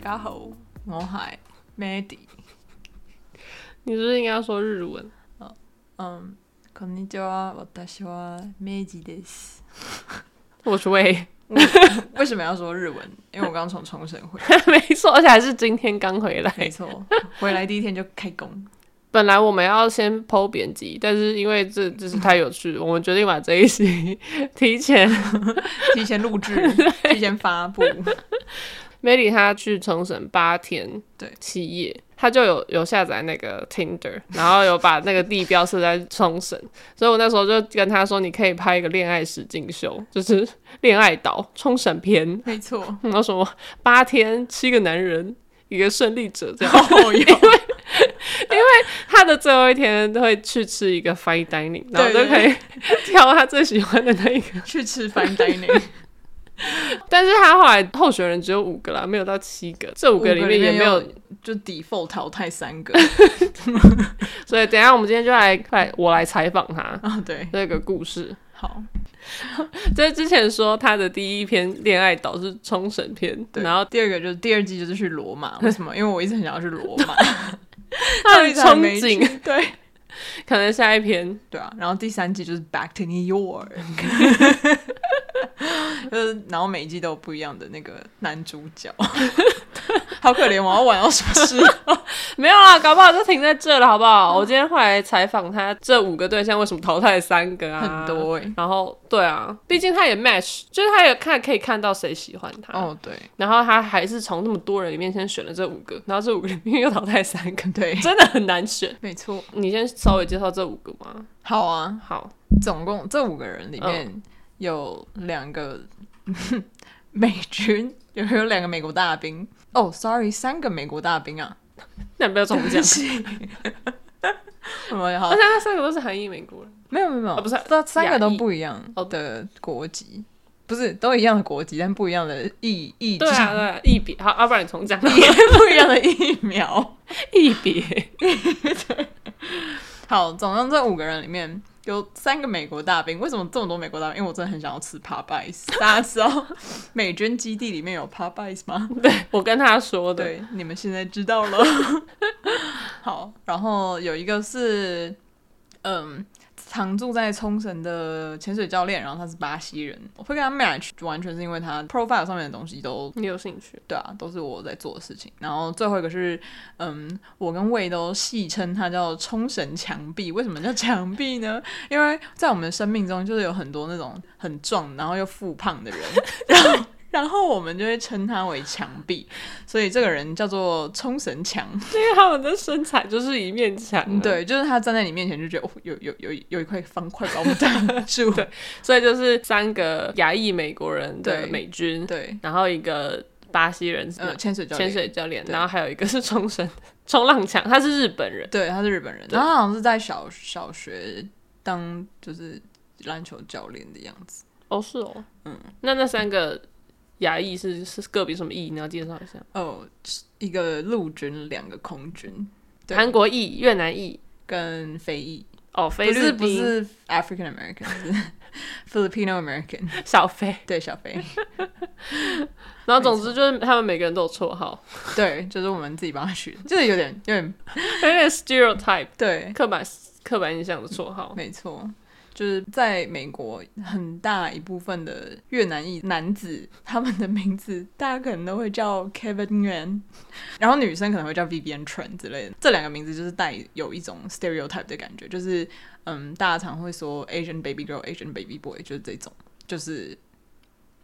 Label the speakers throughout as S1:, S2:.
S1: 家好，
S2: 我係 Mandy，
S1: 你是不是应该要说日文？
S2: 嗯，こんにちは，私は Mandy です。
S1: 我是喂，
S2: 为什么要说日文？因为我刚从冲绳回，
S1: 没错，而且还是今天刚回来
S2: 没。错，回来第一天就开 工。
S1: 本来我们要先剖编辑，但是因为这就是太有趣，我们决定把这一期 提前。
S2: 提前录 制，提前发布。
S1: Melly 她去冲绳八天，
S2: 对，
S1: 七夜，她就有有下载那个 Tinder，然后有把那个地标设在冲绳，所以我那时候就跟她说，你可以拍一个恋爱实境秀，就是恋爱岛冲绳篇，
S2: 没错，
S1: 然后什么八天七个男人。一个胜利者这 样，
S2: 哦哟，
S1: 他的最后一天会去吃一个 fine dining，然后
S2: 对
S1: 就可以挑他最喜欢的那一个。
S2: 去吃 fine dining，
S1: 但是他后来候选人只有五个啦，没有到七个，这五个里面也没有
S2: 就 default 淘汰三 个
S1: 所以等一下我们今天就来来我来采访他
S2: 啊、对，
S1: 这个故事。
S2: 好，
S1: 在之前说他的第一篇恋爱岛是冲绳篇，
S2: 对。
S1: 然后
S2: 第二个就是第二季就是去罗马，为什么？因为我一直很想要去罗 马，
S1: 他的
S2: 一直还
S1: 憧
S2: 没去
S1: 憬，
S2: 对。
S1: 可能下一篇
S2: 对啊，然后第三季就是 Back to New York，就是然后每一季都有不一样的那个男主角， 好可怜，我要玩到什么事？
S1: 没有啦，搞不好就停在这了，好不
S2: 啊
S1: 好？我今天后来采访他这五个对象为什么淘汰三个啊？
S2: 很。多 哎、
S1: 然后对啊，毕竟他也 match，就是他也看可以看到谁喜欢他，
S2: 哦，对
S1: 然后他还是从那么多人里面先选了这五个，然后这五个里面又淘汰三个，
S2: 对，
S1: 真的很难选。
S2: 没错。
S1: 你先稍微介绍这五个吗？
S2: 好啊，
S1: 好，
S2: 总共这五个人里面有两个 美军，有有两个美国大兵。哦、s o r r y 三个美国大兵啊，
S1: 那你不要重
S2: 对
S1: 讲
S2: 不。起。我们好
S1: 而且，那三个都是韩裔美国人，
S2: 没有没有没有，
S1: 啊不是
S2: 这三
S1: 亚
S2: 个都
S1: 裔
S2: 不一样
S1: 哦
S2: 的国籍，不是都一样的国籍，但不一样的疫疫
S1: 对啊，
S2: 苗，
S1: 对啊，异别，好，要、不然你重 讲，
S2: 不一样的疫苗。
S1: 异别，
S2: 好，总共这五个人里面有三个美国大兵，为什么这么多美国大兵？因为我真的很想要吃 Popeyes。大家知道 美军基地里面有 Popeyes 吗？
S1: 我跟他说的，
S2: 对，你们现在知道了。好，然后有一个是，嗯，常住在冲绳的潜水教练，然后他是巴西人。我会跟他 match，完全是因为他 profile 上面的东西都
S1: 你有兴趣？
S2: 对啊，都是我在做的事情。然后最后一个是，嗯，我跟魏都戏称它叫冲绳墙壁。为什么叫墙壁呢？ 因为在我们的生命中，就是有很多那种很壮，然后又复胖的人， 然后然后我们就会称他为墙壁。所以这个人叫做冲绳墙。
S1: 因为他们的身材就是一面墙、啊
S2: 嗯，，对，就是他站在你面前就觉得，哦，有有有有一块方块把我们挡住。 对
S1: 所以就是三个亚裔美国人的
S2: 对
S1: 美军，
S2: 对，
S1: 然后一个巴西人，
S2: 呃，潜水教练
S1: 潜。水教练，
S2: 对
S1: 然后还有一个是冲绳冲浪墙，他是日本人，
S2: 对，他是日本人，
S1: 对
S2: 然后他好像是在小小学当就是篮球教练的样子。
S1: 哦，是哦，
S2: 嗯，
S1: 那那三个亚裔是是个别什么裔？你要介绍一下，
S2: 哦，一个陆军，两个空军，对
S1: 韩国裔、越南裔。
S2: 跟非裔，
S1: 哦，
S2: 不
S1: 菲
S2: 是
S1: 律
S2: 不
S1: 宾
S2: 是 African American，是 Filipino American，
S1: 小飞，
S2: 对，小飞，
S1: 然后总之就是他们每个人都有绰号，
S2: 对，就是我们自己帮他取的，就是有点有点
S1: 有点 stereotype
S2: 对，
S1: 刻板刻板印象的绰号。
S2: 没错。就是在美国，很大一部分的越南裔男子，他们的名字大家可能都会叫 Kevin Yuan，然 后女生可能会叫 Vivian Tran 之类的。这两个名字就是带有一种 stereotype 的感觉，就是嗯，大家常会说 Asian baby girl、Asian baby boy，就是这种，就是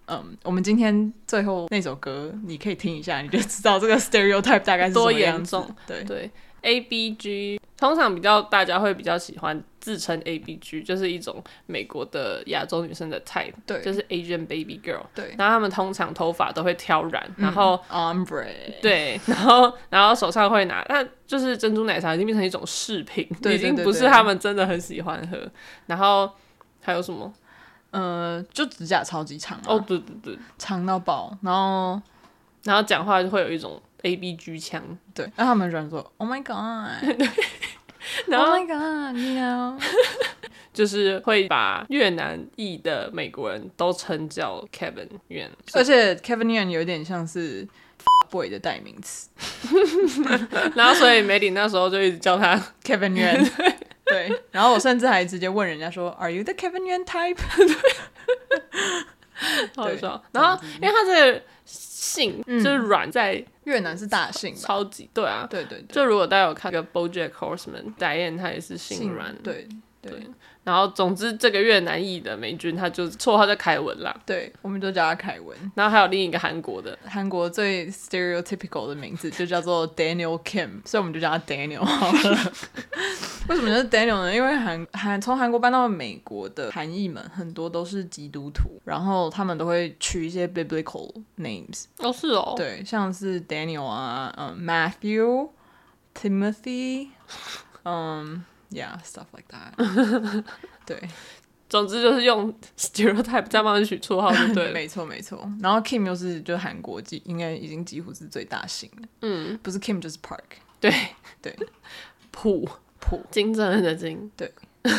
S2: 嗯，我们今天最后那首歌你可以听一下，你就知道这个 stereotype 大概是什
S1: 多
S2: 么
S1: 严
S2: 样子
S1: 重。
S2: 对，
S1: 对，A B G 通常比较大家会比较喜欢自称 A B G，就是一种美国的亚洲女生的 type，
S2: 对
S1: 就是 Asian baby girl。
S2: 对
S1: 然后他们通常头发都会挑染，然后、
S2: 嗯 ombre，
S1: 对， 然后然后手上会拿，那就是珍珠奶茶已经变成一种饰品，
S2: 对
S1: 已经
S2: 对对
S1: 不是
S2: 对
S1: 他们真的很喜欢喝。然后还有什么？
S2: 呃，就指甲超级长、啊、
S1: 哦，对对对，
S2: 长到爆，然后
S1: 然后讲话就会有一种 A B G 腔，
S2: 对，然后他们居然说 “Oh my God”，
S1: 然
S2: “Oh
S1: 后
S2: my God”，you know，
S1: 就是会把越南裔的 美国人都称叫 Kevin 远，
S2: 而且 Kevin Yan 有点像是 boy 的代名词
S1: 然后所以梅里那时候就一直叫他
S2: Kevin Yuan。对，然后我甚至还直接问人家说，Are you the Kevin Yuan type？
S1: 好笑，然后
S2: 嗯
S1: 因为他这个姓就是软在
S2: 越南是大姓吧？
S1: 超级对啊，
S2: 对对对，
S1: 就如果大家有看那个 BoJack Horseman，d i a n 他也是姓阮，
S2: 对对
S1: 对然后总之这个越南裔的美军他就绰号叫凯文啦，
S2: 对，我们就叫他凯文。
S1: 然后还有另一个韩国的，
S2: 韩国最 stereotypical 的名字就叫做 Daniel Kim，所以我们就叫他 Daniel 好了。为什么是 Daniel 呢？因为韩韩从韩国搬到美国的韩裔们很多都是基督徒，然后他们都会取一些 biblical names，
S1: 哦是哦，
S2: 对，像是 Daniel 啊，嗯，Matthew、Timothy，嗯，yeah，stuff like that 。对，
S1: 总之就是用 stereotype 再帮你取绰号 就对了，
S2: 没错没错。然后 Kim 又是就是韩国几应该已经几乎是最大型的，
S1: 嗯，
S2: 不是 Kim 就是 Park。
S1: 对
S2: 对，
S1: 普
S2: 普，
S1: 金正恩的金，
S2: 没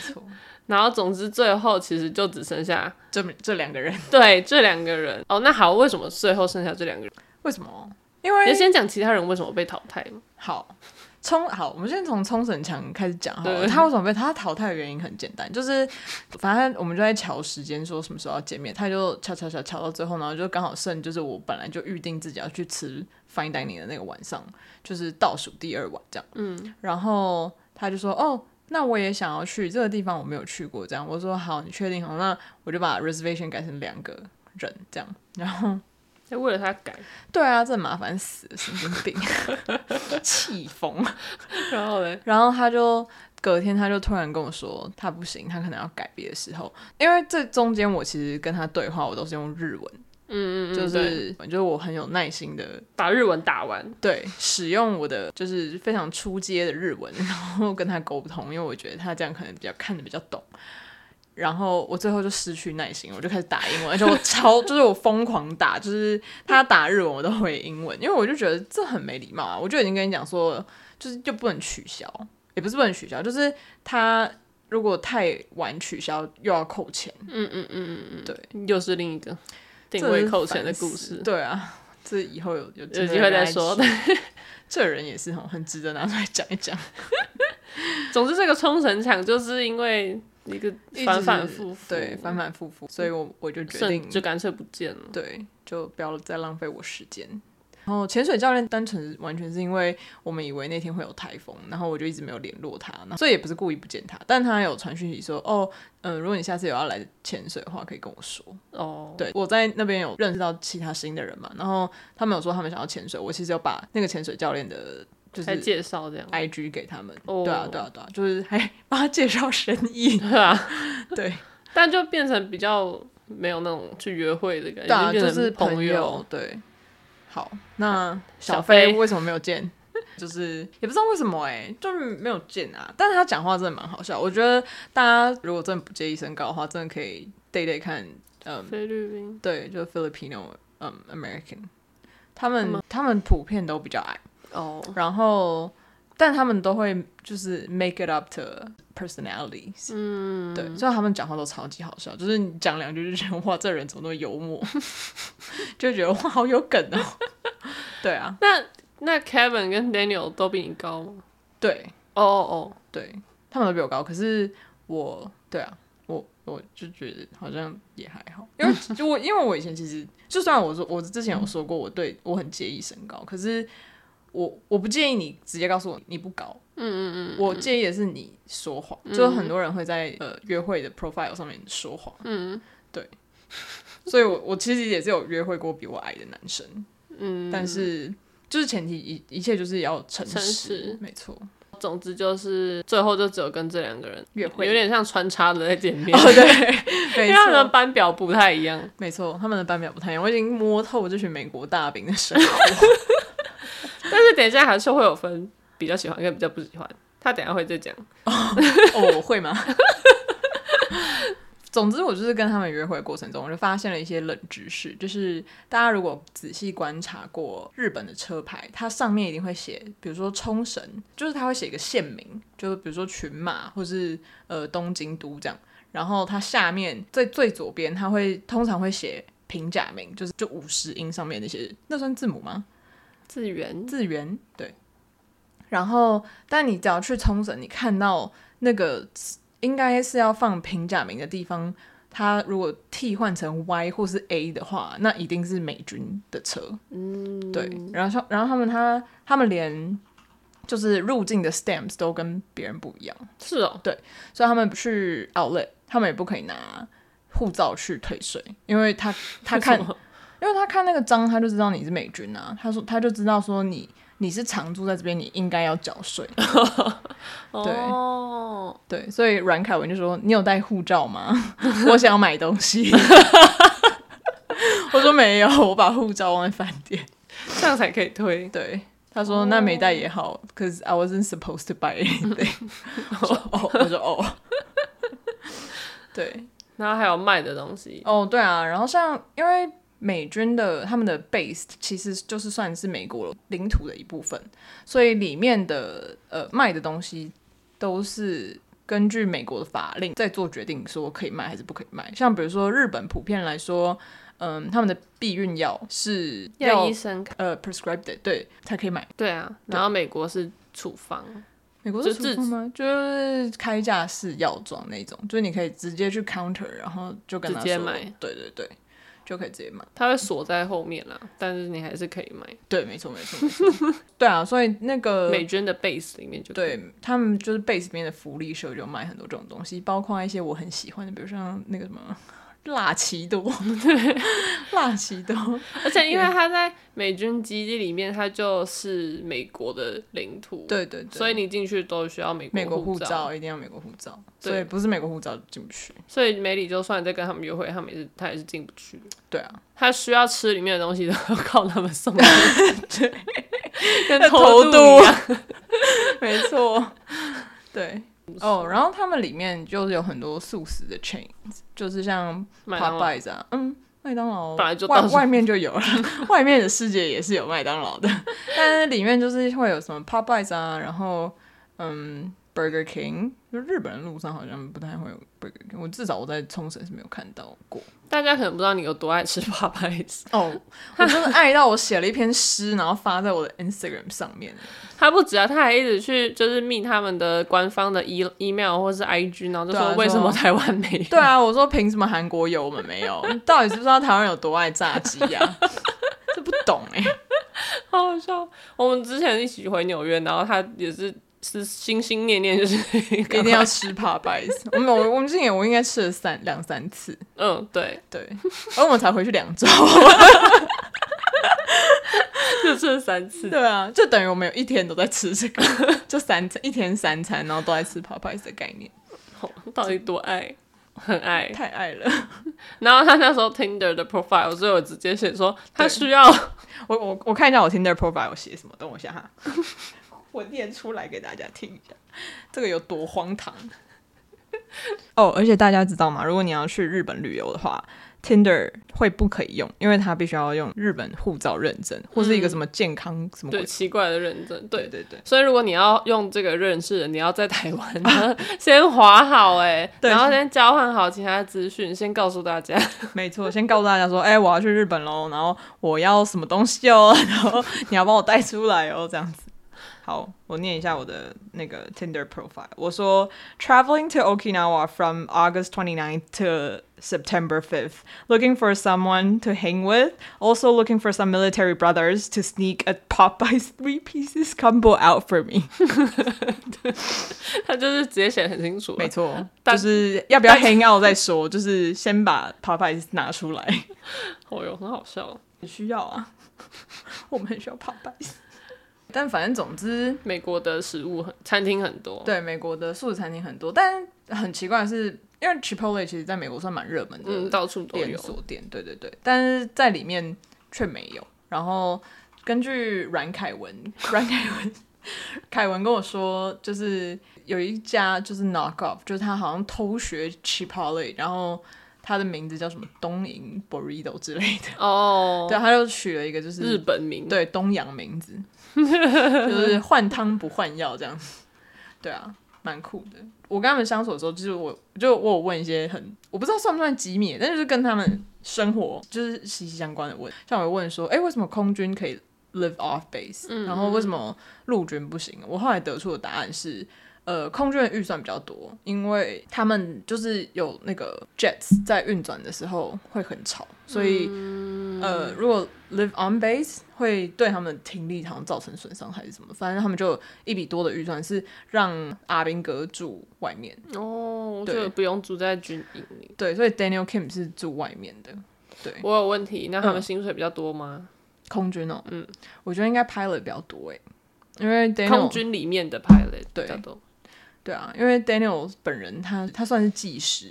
S2: 错，
S1: 然后总之最后其实就只剩下
S2: 这这两个人
S1: 对这两个人哦，那好，为什么最后剩下这两个人？
S2: 为什么？因
S1: 你
S2: 为
S1: 先讲其他人为什么被淘汰吗？
S2: 好冲好，我们先从冲绳强开始讲好了。
S1: 对
S2: 他为什么被他淘汰的原因很简单，就是反正我们就在瞧时间，说什么时候要见面，他就瞧瞧瞧瞧到最后，然后就刚好剩就是我本来就预定自己要去吃 fine dining 的那个晚上，就是倒数第二晚这样。嗯，然后他就说哦。那我也想要去这个地方，我没有去过。这样，我说好，你确定好？那我就把 reservation 改成两个人这样。然后
S1: 哎，为了他改，
S2: 对啊，这麻烦死了，神经病， 气疯。
S1: 然后嘞，
S2: 然后他就隔天他就突然跟我说他不行，他可能要改别的时候，因为这中间我其实跟他对话，我都是用日文，
S1: 嗯嗯嗯，
S2: 就
S1: 对
S2: 是就是我很有耐心的
S1: 把日文打完，
S2: 对使用我的就是非常出街的日文，然 后跟他沟通，因为我觉得他这样可能比较看得比较懂。然后我最后就失去耐心，我就开始打英文，而且我超 就是我疯狂打，就是他打日文我都回英文，因为我就觉得这很没礼貌啊！我就已经跟你讲说，就是就不能取消，也不是不能取消，就是他如果太晚取消又要扣钱，
S1: 嗯嗯嗯嗯，
S2: 对，
S1: 又是另一个定
S2: 这
S1: 位
S2: 是
S1: 扣钱的
S2: 烦
S1: 故
S2: 死
S1: 事，
S2: 对啊，这以后有有
S1: 有
S2: 机
S1: 机会再
S2: 来
S1: 说。
S2: 讲。这人也是很很值得拿出来讲一讲，
S1: 总之，这个冲绳场就是因为一个 反反复复，
S2: 对，反反复复，所以我我就决定
S1: 剩就干脆不见了。
S2: 对，就不要再浪费我时间。然后潜水教练单纯完全是因为我们以为那天会有台风，然后我就一直没有联络他，然后所以也不是故意不见他，但他有传讯息说，哦，嗯、如果你下次有要来潜水的话，可以跟我说。
S1: 哦，
S2: 对，我在那边有认识到其他新的人嘛，然后他们有说他们想要潜水，我其实有把那个潜水教练的，就
S1: 才
S2: 是
S1: 介绍这样，
S2: I G 给他们。
S1: 哦
S2: 对啊，对啊，对啊，就是还 帮他介绍生 意。
S1: 对啊，
S2: 对，
S1: 但就变成比较没有那种去约会的感
S2: 对啊，
S1: 觉，已经
S2: 就
S1: 变
S2: 是
S1: 成
S2: 朋
S1: 友。。
S2: 对，好，那
S1: 小
S2: 小飞
S1: 飞
S2: 为什么没有见？ 就是也不知道为什么哎、就是没有见啊。但是他讲话真的蛮好笑，我觉得大家如果真的不介意身高的话，真的可以 date date 看，嗯，
S1: 菲律宾，
S2: 对，就是 Filipino，嗯，American，他们
S1: 们
S2: 他们普遍都比较矮，
S1: 哦，
S2: 然后但他们都会就是 make it up to personality，
S1: 嗯，
S2: 对，所以他们讲话都超级好笑，就是你讲两句就觉得哇，这人怎么那么幽默， 就觉得哇，好有梗哦。对啊，
S1: 那那 Kevin 跟 Daniel 都比你高吗？
S2: 对
S1: 哦哦
S2: 对，他们都比我高，可是我对啊，我我就觉得好像也还好，因为就我因为我以前其实就算我说我之前有说过我对我很介意身高，可是我我不建议你直接告诉我你不高，嗯嗯嗯，我建议的是你说谎，就是很多人会在呃约会的 profile 上面说谎，嗯，对，所以我我其实也是有约会过比我矮的男生，嗯，但是。就是前提一一切就是要诚
S1: 诚实
S2: 没错。
S1: 哦，总之就是最后就只有跟这两个人
S2: 约会
S1: 有点像穿插的在见面，
S2: 哦，对，没
S1: 因为他们的
S2: 错，
S1: 班表不太一样。
S2: 没错，他们的班表不太一样。我已经摸透这群美国大兵的生活。
S1: 但是等一下还是会有分比较喜欢跟比较不喜欢，他等一下会再讲。
S2: 哦，我会吗？ 总之，我就是跟他们约会的过程中，我就发现了一些冷知识，就是大家如果仔细观察过日本的车牌，它上面一定会写，比如说冲绳，就是它会写一个县名，就是比如说群马或是呃东京都这样，然后它下面最最左边，它会通常会写。平假名，就是就五十音上面那些，那算字母吗？
S1: 字源
S2: 字源对。然后，但你只要去冲绳，你看到那个应该是要放平假名的地方，它如果替换成 Y 或是 A 的话，那一定是美军的车。嗯，对。然后像，然后他们他他们连就是入境的 stamps 都跟别人不一样，
S1: 是哦，
S2: 所以他们不去 outlet，他们也不可以拿护照去退税，因为 他他看
S1: 为什么
S2: 因为他看那个章，他就知道你是美军啊。他说，他就知道说你你是常住在这边，你应该要缴 税。对
S1: 哦，
S2: 对，所以阮凯文就说：“你有带护照吗？ 我想要买东西。” 我说：“没有，我把护照忘在饭店。
S1: 这样才可以推”。
S2: 对，他说：“那没带也好，cause
S1: 哦
S2: I wasn't supposed to buy anything。我 说”哦，我说哦， 对，
S1: 然后还有卖的东西，
S2: 哦，对啊，然后像因为美军的他们的 base 其实就是算是美国领土的一部分，所以里面的呃卖的东西都是根据美国的法令在做决定，说可以卖还是不可以卖。像比如说日本普遍来说，嗯，他们的避孕药是
S1: 要
S2: 要
S1: 医生看。
S2: 呃 prescribed 的对才可以买。
S1: 对啊，
S2: 对
S1: 然后美国是处方，
S2: 美国
S1: 就是自
S2: 处方吗？就是开架式药妆那种，就是你可以直接去 counter，然后就跟他
S1: 直接
S2: 说
S1: 买
S2: 对对对，就可以直接买。
S1: 它会锁在后面啦，但是你还是可以买。
S2: 对，没错，没错，没错。 对啊，所以那个
S1: 美军的 base 里面就可以，
S2: 对他们就是 base 里面的福利社就卖很多这种东西，包括一些我很喜欢的，比如像那个什么辣奇多，辣奇多，
S1: 而且因为它在美军基地里面，它就是美国的领土，，
S2: 对对对，
S1: 所以你进去都需要美
S2: 美国
S1: 护
S2: 护，照一定要美国护照，
S1: 对
S2: 所以不是美国护照就进不去。
S1: 所以梅里就算在跟他们约会，他们也是他也是进不去，
S2: 对啊，
S1: 他需要吃里面的东西都 要靠他们送的， 对，跟
S2: 偷
S1: 偷渡一样，
S2: 没错，对。哦，然后他们里面就是有很多素食的 chains，就是像
S1: 麦当劳
S2: Popeyes 啊，嗯，麦当劳
S1: 本来就
S2: 外
S1: 到处
S2: 外面就有了， 外面的世界也是有麦当劳的，但是里面就是会有什么 Popeyes 啊，然后嗯 Burger King，就日本人路上好像不太会有 Burger King，我至少我在冲绳是没有看到过。
S1: 大家可能不知道你有多爱吃 Popeyes，
S2: 哦，我真的爱到我写了一篇诗，然后发在我的 Instagram 上面。
S1: 他不止啊，他还一直去就是密他们的官方的 e email 或是 IG，然后就
S2: 对啊
S1: 说为什么
S2: 说
S1: 台湾没有？
S2: 对啊，我说凭什么韩国有我们没 有？你到底知不知道台湾有多爱炸鸡呀、 这不懂 哎、
S1: 好好笑。我们之前一起回纽约，然后他也是是心心念 念就是一
S2: 一定要吃 Popeyes。我们我我们之前我应该吃了三两三次，
S1: 嗯，对，
S2: 对，而我们才回去两周。
S1: 就吃了三次。
S2: 对啊，就等于我们有一天都在吃这个，就三餐一天三餐，然后都在吃 Popeyes 的概念，
S1: 到底多爱？很爱。
S2: 太爱了。
S1: 然后他那时候 Tinder 的 profile，所以我直接写说他
S2: 对
S1: 需要
S2: 我我我看一下我 Tinder profile 有写什么，等我一下哈， 我念出来给大家听一下，这个有多荒唐。哦，而且大家知道吗？如果你要去日本旅游的话，Tinder 会不可以用，因为它必须要用日本护照认证，或是一个什么健康什么鬼
S1: 嗯对奇怪的认真对。
S2: 对对，
S1: 所以，如果你要用这个认识人，你要在台湾 先划好哎、
S2: 对
S1: 然后先交换好其他资讯，先告诉大家。
S2: 没错。先告诉大家说，哎、我要去日本喽，然后我要什么东西哦， 然后你要帮我带出来哦，这样子。好，我念一下我的那个 Tinder profile。我说，traveling to Okinawa from August 29th to September 5th, looking for someone to hang with. Also looking for some military brothers to sneak a Popeyes three pieces combo out for me.
S1: 他就是直接写得很清楚了，
S2: 没错，
S1: 但
S2: 就是要不要 hang out 再说，就是先把 Popeyes 拿出来。
S1: 哦哟，很好笑。
S2: 很需要啊， 我们很需要 Popeyes。但反正总之，
S1: 美国的食物很餐厅很多，
S2: 对美国的素食餐厅很多，但很奇怪的是，因为 Chipotle 其实在美国算蛮热门
S1: 嗯，
S2: 的
S1: 到处都
S2: 连
S1: 有。
S2: 锁店，对对对，但是在里面却没有。然后根据阮凯文， 阮凯文。凯文跟我说，就是有一家就是 knock off，就是他好像偷学 Chipotle，然后他的名字叫什么东营 burrito 之类的，
S1: 哦，
S2: 对，他就取了一个就是
S1: 日本名，
S2: 嗯对 东洋名字，就是换汤不换药这样。对啊，蛮酷的。我跟他们相处的时候，就是我就我有问一些很我不知道算不算机密，但就是跟他们生活就是息息相关的问，像我问说，哎、为什么空军可以 live off base，、然后为什么陆军不行？我后来得出的答案是。呃，空军的预算比较多，因为他们就是有那个 jets 在运转的时候会很吵，所以、呃，
S1: 嗯
S2: 如果 live on base 会对他们听力好像造成损伤还是什么，反正他们就有一笔多的预算是让阿兵哥住外面，
S1: 哦，
S2: 对
S1: 这个不用住在军营里。
S2: 对，所以 Daniel Kim 是住外面的，对，
S1: 我有问题，那
S2: 嗯
S1: 他们薪水比较多吗？
S2: 空军哦，
S1: 嗯，
S2: 我觉得应该 pilot 比较多诶，因为 Daniel
S1: 空军里面的 pilot
S2: 对
S1: 比较多。
S2: 对啊，因为 Daniel 本人他他算是技师，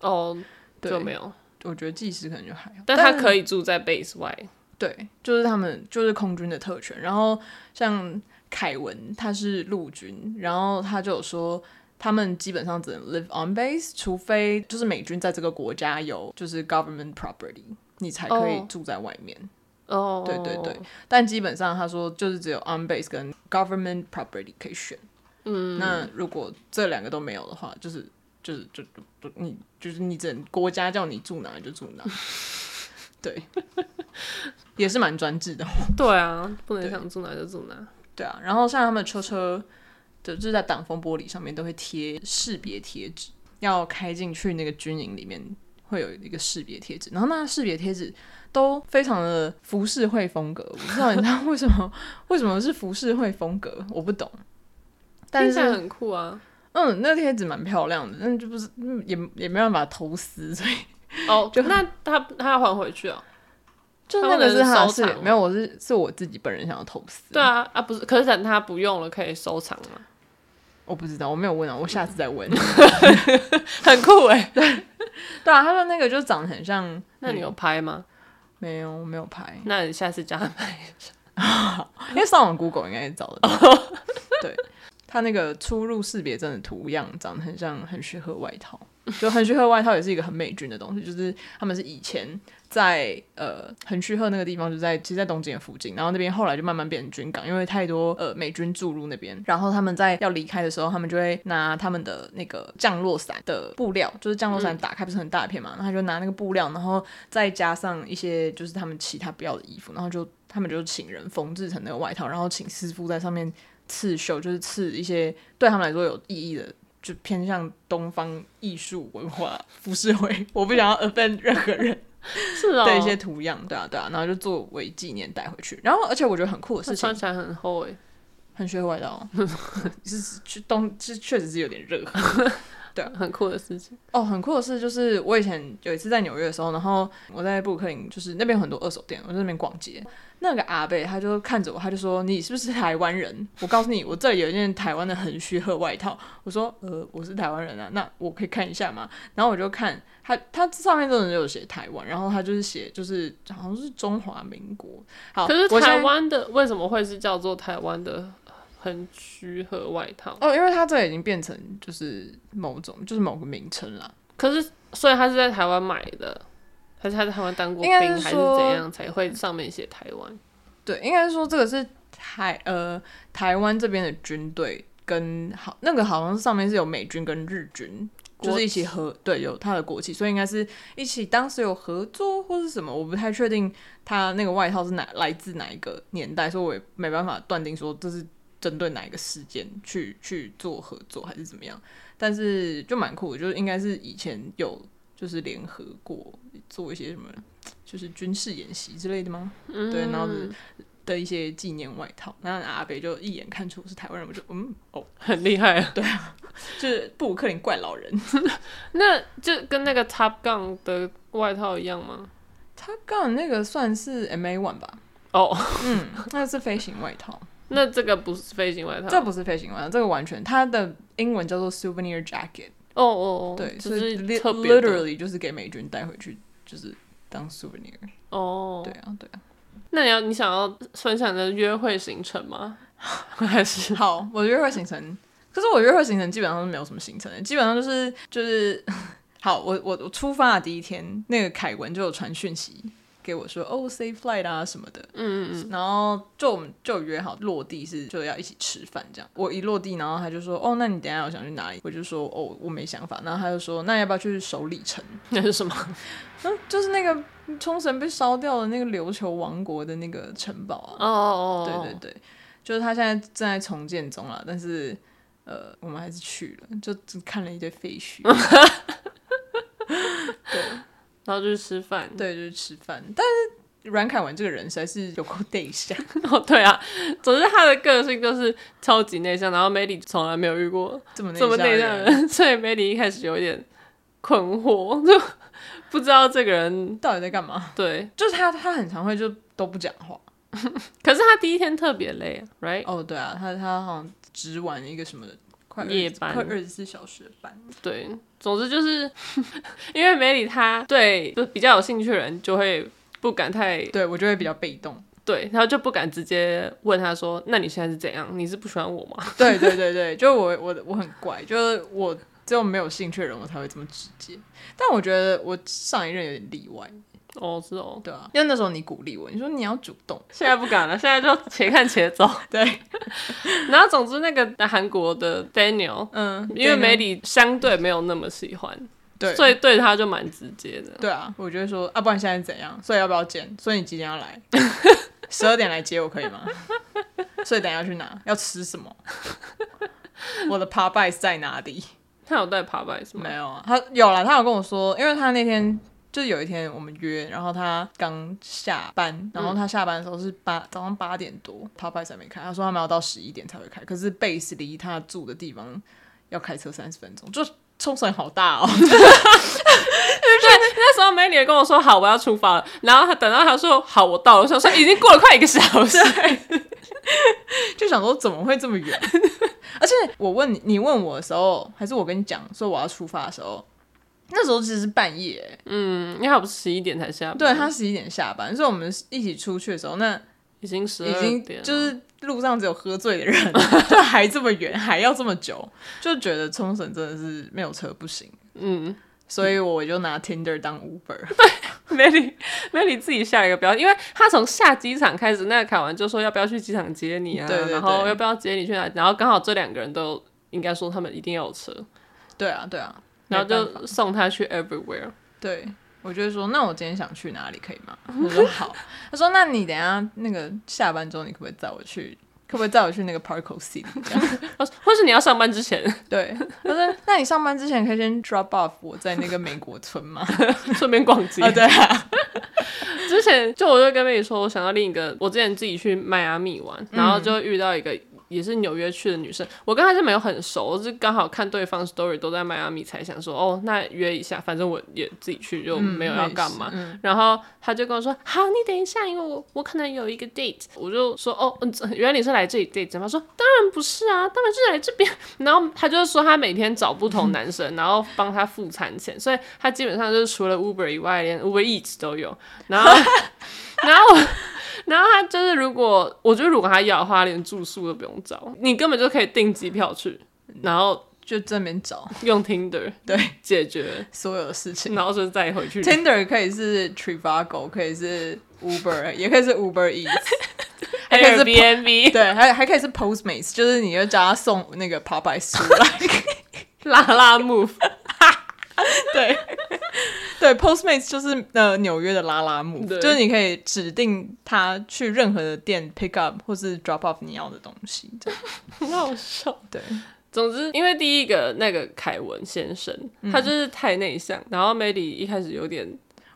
S1: 哦，
S2: 对，
S1: 就没有，
S2: 我觉得技师可能就还好，
S1: 但他可
S2: 以
S1: 以住在 base 外。
S2: 对，就是他们就是空军的特权，然后像凯文他是陆军，然后他就有说。他们基本上只能 live on base，除非就是美军在这个国家有就是 government property，你才可以
S1: 哦
S2: 住在外面。
S1: 哦，
S2: 对对对，但基本上他说就是只有 on base 跟 government property 可以选。嗯，那如果这两个都没有的话，就是就是就就就你就是你整国家叫你住哪就住哪，对，也是蛮专制的。
S1: 对啊，不能
S2: 对
S1: 想住哪就住哪。
S2: 对啊，然后像他们的车车的就是在挡风玻璃上面都会贴识别贴纸，要开进去那个军营里面会有一个识别贴纸，然后那识别贴纸都非常的浮世绘风格，我不知道你知道为什么为什么是浮世绘风格，我不懂。 但
S1: 听起来
S2: 是，
S1: 很酷啊。
S2: 嗯，那贴纸蛮漂亮的，但就不是，嗯也也没办法嗯偷撕，所以
S1: 哦，那他他要还回去哦。
S2: 就
S1: 他
S2: 那
S1: 们
S2: 个是
S1: 能
S2: 他的
S1: 收
S2: 视野
S1: 藏吗
S2: 没有，我是是我自己本人想要偷撕，
S1: 对啊，啊不是，可是等他不用了，可以收藏嘛。
S2: 我不知道，我没有问啊，我下次再问。
S1: 很酷哎。
S2: 对啊，他说那个就长得很像，
S1: 那你有拍吗？
S2: 没有，我没有拍，
S1: 那你下次叫他拍。
S2: 因为上网 Google 应该也找得到。对，它那个出入识别证的图样长得很像很学和外套，就很学和外套也是一个很美军的东西，就是他们是以前在呃很须贺那个地方，就在其实，在东京的附近，然后那边后来就慢慢变成军港，因为太多呃美军注入那边，然后他们在要离开的时候，他们就会拿他们的那个降落伞的布料，就是降落伞打开不是很大片嘛，然后他就拿那个布料，然后再加上一些就是他们其他不要的衣服，然后就他们就请人缝制成那个外套，然后请师傅在上面刺绣，就是刺一些对他们来说有意义的。就偏向东方艺术文化浮世绘，我不想要 offend 任何人，
S1: 是哦。
S2: 的一些图样，对啊对啊，然后就作为纪念带回去。然后而且我觉得很酷的
S1: 他
S2: 事情
S1: 穿，起来很厚哎。
S2: 很学外道， 是去冬是确实是有点热。
S1: 很酷的事情。
S2: 哦，很酷的是，就是我以前有一次在纽约的时候，然后我在布鲁克林，就是那边有很多二手店，我在那边逛街。那个阿贝他就看着我，他就说：“你是不是台湾人？我告诉你，我这里有一件台湾的横须贺外套。”我说：“呃，我是台湾人啊，那我可以看一下吗？”然后我就看他，他上面真的有写台湾，然后他就是写就是好像是中华民国。好，
S1: 可是
S2: 我现在
S1: 台湾的为什么会是叫做台湾的横须贺外套？
S2: 哦，因为它这已经变成就是某种就是某个名称啦。
S1: 可是所以他是在台湾买的，还是他在台湾当过
S2: 应
S1: 兵，
S2: 该是
S1: 还是
S2: 说
S1: 怎样才会上面写台湾？
S2: 对，应该是说这个是台呃台湾这边的军队跟好那个好像是上面是有美军跟日军。就
S1: 国
S2: 是
S1: 旗
S2: 一起合对有他的国旗，所以应该是一起当时有合作或是什么，我不太确定他那个外套是哪来自哪一个年代，所以我也没办法断定说这是针对哪一个事件去去做合作还是怎么样。但是就蛮酷的，就是应该是以前有就是联合过做一些什么，就是军事演习之类的吗？对，然后
S1: 嗯
S2: 的一些纪念外套。那阿北就一眼看出我是台湾人，我就嗯哦，
S1: 很厉害啊。
S2: 就是布鲁克林怪老人。
S1: 那就跟那个 Top Gun 的外套一样吗？
S2: 他刚那个算是 M A one 吧？
S1: 哦，
S2: 嗯，那是飞行外 套，
S1: 那这个不是飞行外套，
S2: 这不是飞行外套，这个完全它的英文叫做 souvenir jacket，
S1: 哦哦哦，
S2: 对，
S1: 就
S2: 所以
S1: 是
S2: li-
S1: 特别的
S2: literally 就是给美军带回去，就是当 souvenir。
S1: 哦。
S2: 对，啊，对啊。
S1: 那你要你想要分享的约会行程吗？ 还 是
S2: 好，我约会行程，可是我约会行程基本上是没有什么行程的，基本上就是就是，好，我我我出发的第一天，那个凯文就有传讯息。给我说哦，safe flight 啊什么的，嗯嗯嗯，然后就我们就有约好落地是就要一起吃饭这样。我一落地，然后他就说哦，那你等一下有想去哪里？我就说哦，我没想法。然后他就说那要不要去首里城？
S1: 那是什么？
S2: 嗯，就是那个冲绳被烧掉的那个琉球王国的那个城堡啊，
S1: 哦哦哦，
S2: 对对对，就是他现在正在重建中啦，但是呃，我们还是去了，就只看了一堆废 墟。
S1: 然后就去吃饭。
S2: 对，就是吃饭。但是阮凯文这个人实在是有够内 向，
S1: 哦，对啊，总之他的个性就是超级内向，然后梅里从来没有遇过
S2: 这么内
S1: 这么内向的
S2: 人，
S1: 人， 所以梅里一开始有一点困惑，就不知道这个人
S2: 到底在干嘛？
S1: 对。
S2: 就是他，他很常会就都不讲话。
S1: 可是他第一天特别累啊，right？
S2: 哦，对啊，他他好像只玩一个什么的，快20
S1: 夜班
S2: 快二十四小时的班。
S1: 对，总之就是 因为梅里他对就比较有兴趣的人就会不敢太
S2: 对我就会比较被 动。
S1: 对，他就不敢直接问他说：“那你现在是怎样？你是不喜欢我吗
S2: 对对对对，就我我我很怪，就是我只有没有兴趣的人，我才会这么直接。但我觉得我上一任有点例外，？”
S1: 哦，是哦，
S2: 对啊，因为那时候你鼓励我，你说你要主动，
S1: 现在不敢了，现在就且看且走。
S2: 对，
S1: 然后总之那个韩国的 Daniel，
S2: 嗯，
S1: 因为梅
S2: 理
S1: 里相对没有那么喜欢，
S2: 对，
S1: 所以对他就蛮直接的。
S2: 对啊，我就会说啊，不然现在怎样？所以要不要见？所以你几点要来？十二点来接我可以吗？所以等一下要去哪？要吃什么？我的 p o p e 在哪里？
S1: 他有带爬拜是吗
S2: 没？有啊，他有啦，他有跟我说，因为他那天就有一天我们约，然后他刚下班，然后他下班的时候是八、早上八点多 p o p e 才没开，他说他们要到十一点才会开，可是 base 离他住的地方要开车三十分钟，就冲绳好大哦，
S1: 那时候梅里也跟我说：“好，我要出发了。”然后他等到他说：“好，我到了。”我想说已经过了快一个小 时。
S2: 就想说怎么会这么远？ 而且我问你，你问我的时候，还是我跟你讲说我要出发的时候，那时候其实是半夜欸，
S1: 嗯，因为他不是十一点才下班，
S2: 对他十一点下班，所以我们一起出去的时候，那
S1: 已经十
S2: 已
S1: 二点
S2: 经
S1: 了，
S2: 就是路上只有喝醉的人，啊就还这么远，还要这么久，就觉得冲绳真的是没有车不行。
S1: 嗯，
S2: 所以我就拿 Tinder 当 Uber，
S1: 梅里梅里自己下了一个标，因为他从下机场开始，那个凯文就说要不要去机场接你啊，
S2: 对对对
S1: 然后要不要接你去哪，然后刚好这两个人都应该说他们一定要有车，
S2: 对啊，对啊，
S1: 然后
S2: 没办法
S1: 就送他去 everywhere。
S2: 对，我就会说，那我今天想去哪里可以吗？ 我说好。他说，那你等一下那个下班之后，你可不可以载我去？可不可以载我去那个 Parco City？这样
S1: 或是或是你要上班之前
S2: 对，他说，那你上班之前可以先 drop off 我在那个美国村 吗？
S1: 顺便逛街。
S2: 啊，对啊，
S1: 之前就我就跟妹说，我想到另一个，我之前自己去迈阿密玩，然后就遇到一个也是纽约去的女生，我跟她是没有很熟，我是刚好看对方 story 都在迈阿密，才想说哦，那约一下，反正我也自己去，就没有要干嘛。
S2: 嗯
S1: 然后她就跟我说：“好，你等一下，因为我我可能有一个 date。”我就说：“哦，嗯，原来你是来这里 date 的吗？”她说：“当然不是啊，当然是来这边。” 然后她就说她每天找不同男生，然后帮他付餐钱，所以她基本上就是除了 Uber 以外，连 Uber Eats 都有。然后， 然后我。然后她就是，如果我觉得如果她要的话，连住宿都不用找，你根本就可以订机票去，然后
S2: 就这边找
S1: 用 Tinder
S2: 对
S1: 解决，
S2: 所有的事情。
S1: 然后就再回 去。
S2: Tinder 可以是 Trivago，可以是 Uber，也可以是 Uber Eats，还可以是
S1: Airbnb
S2: 对，还还可以是 Postmates，就是你就叫他送那个 Popeye 出来。
S1: 拉拉 move，
S2: 对，对，Postmates 就是呃纽约的拉拉木，
S1: 对
S2: 就是你可以指定他去任何的店 pick up 或是 drop off 你要的东西。这样
S1: 很好笑。
S2: 对，
S1: 总之，因为第一个那个凯文先生，
S2: 嗯
S1: 他就是太内向，然后梅里一开始有点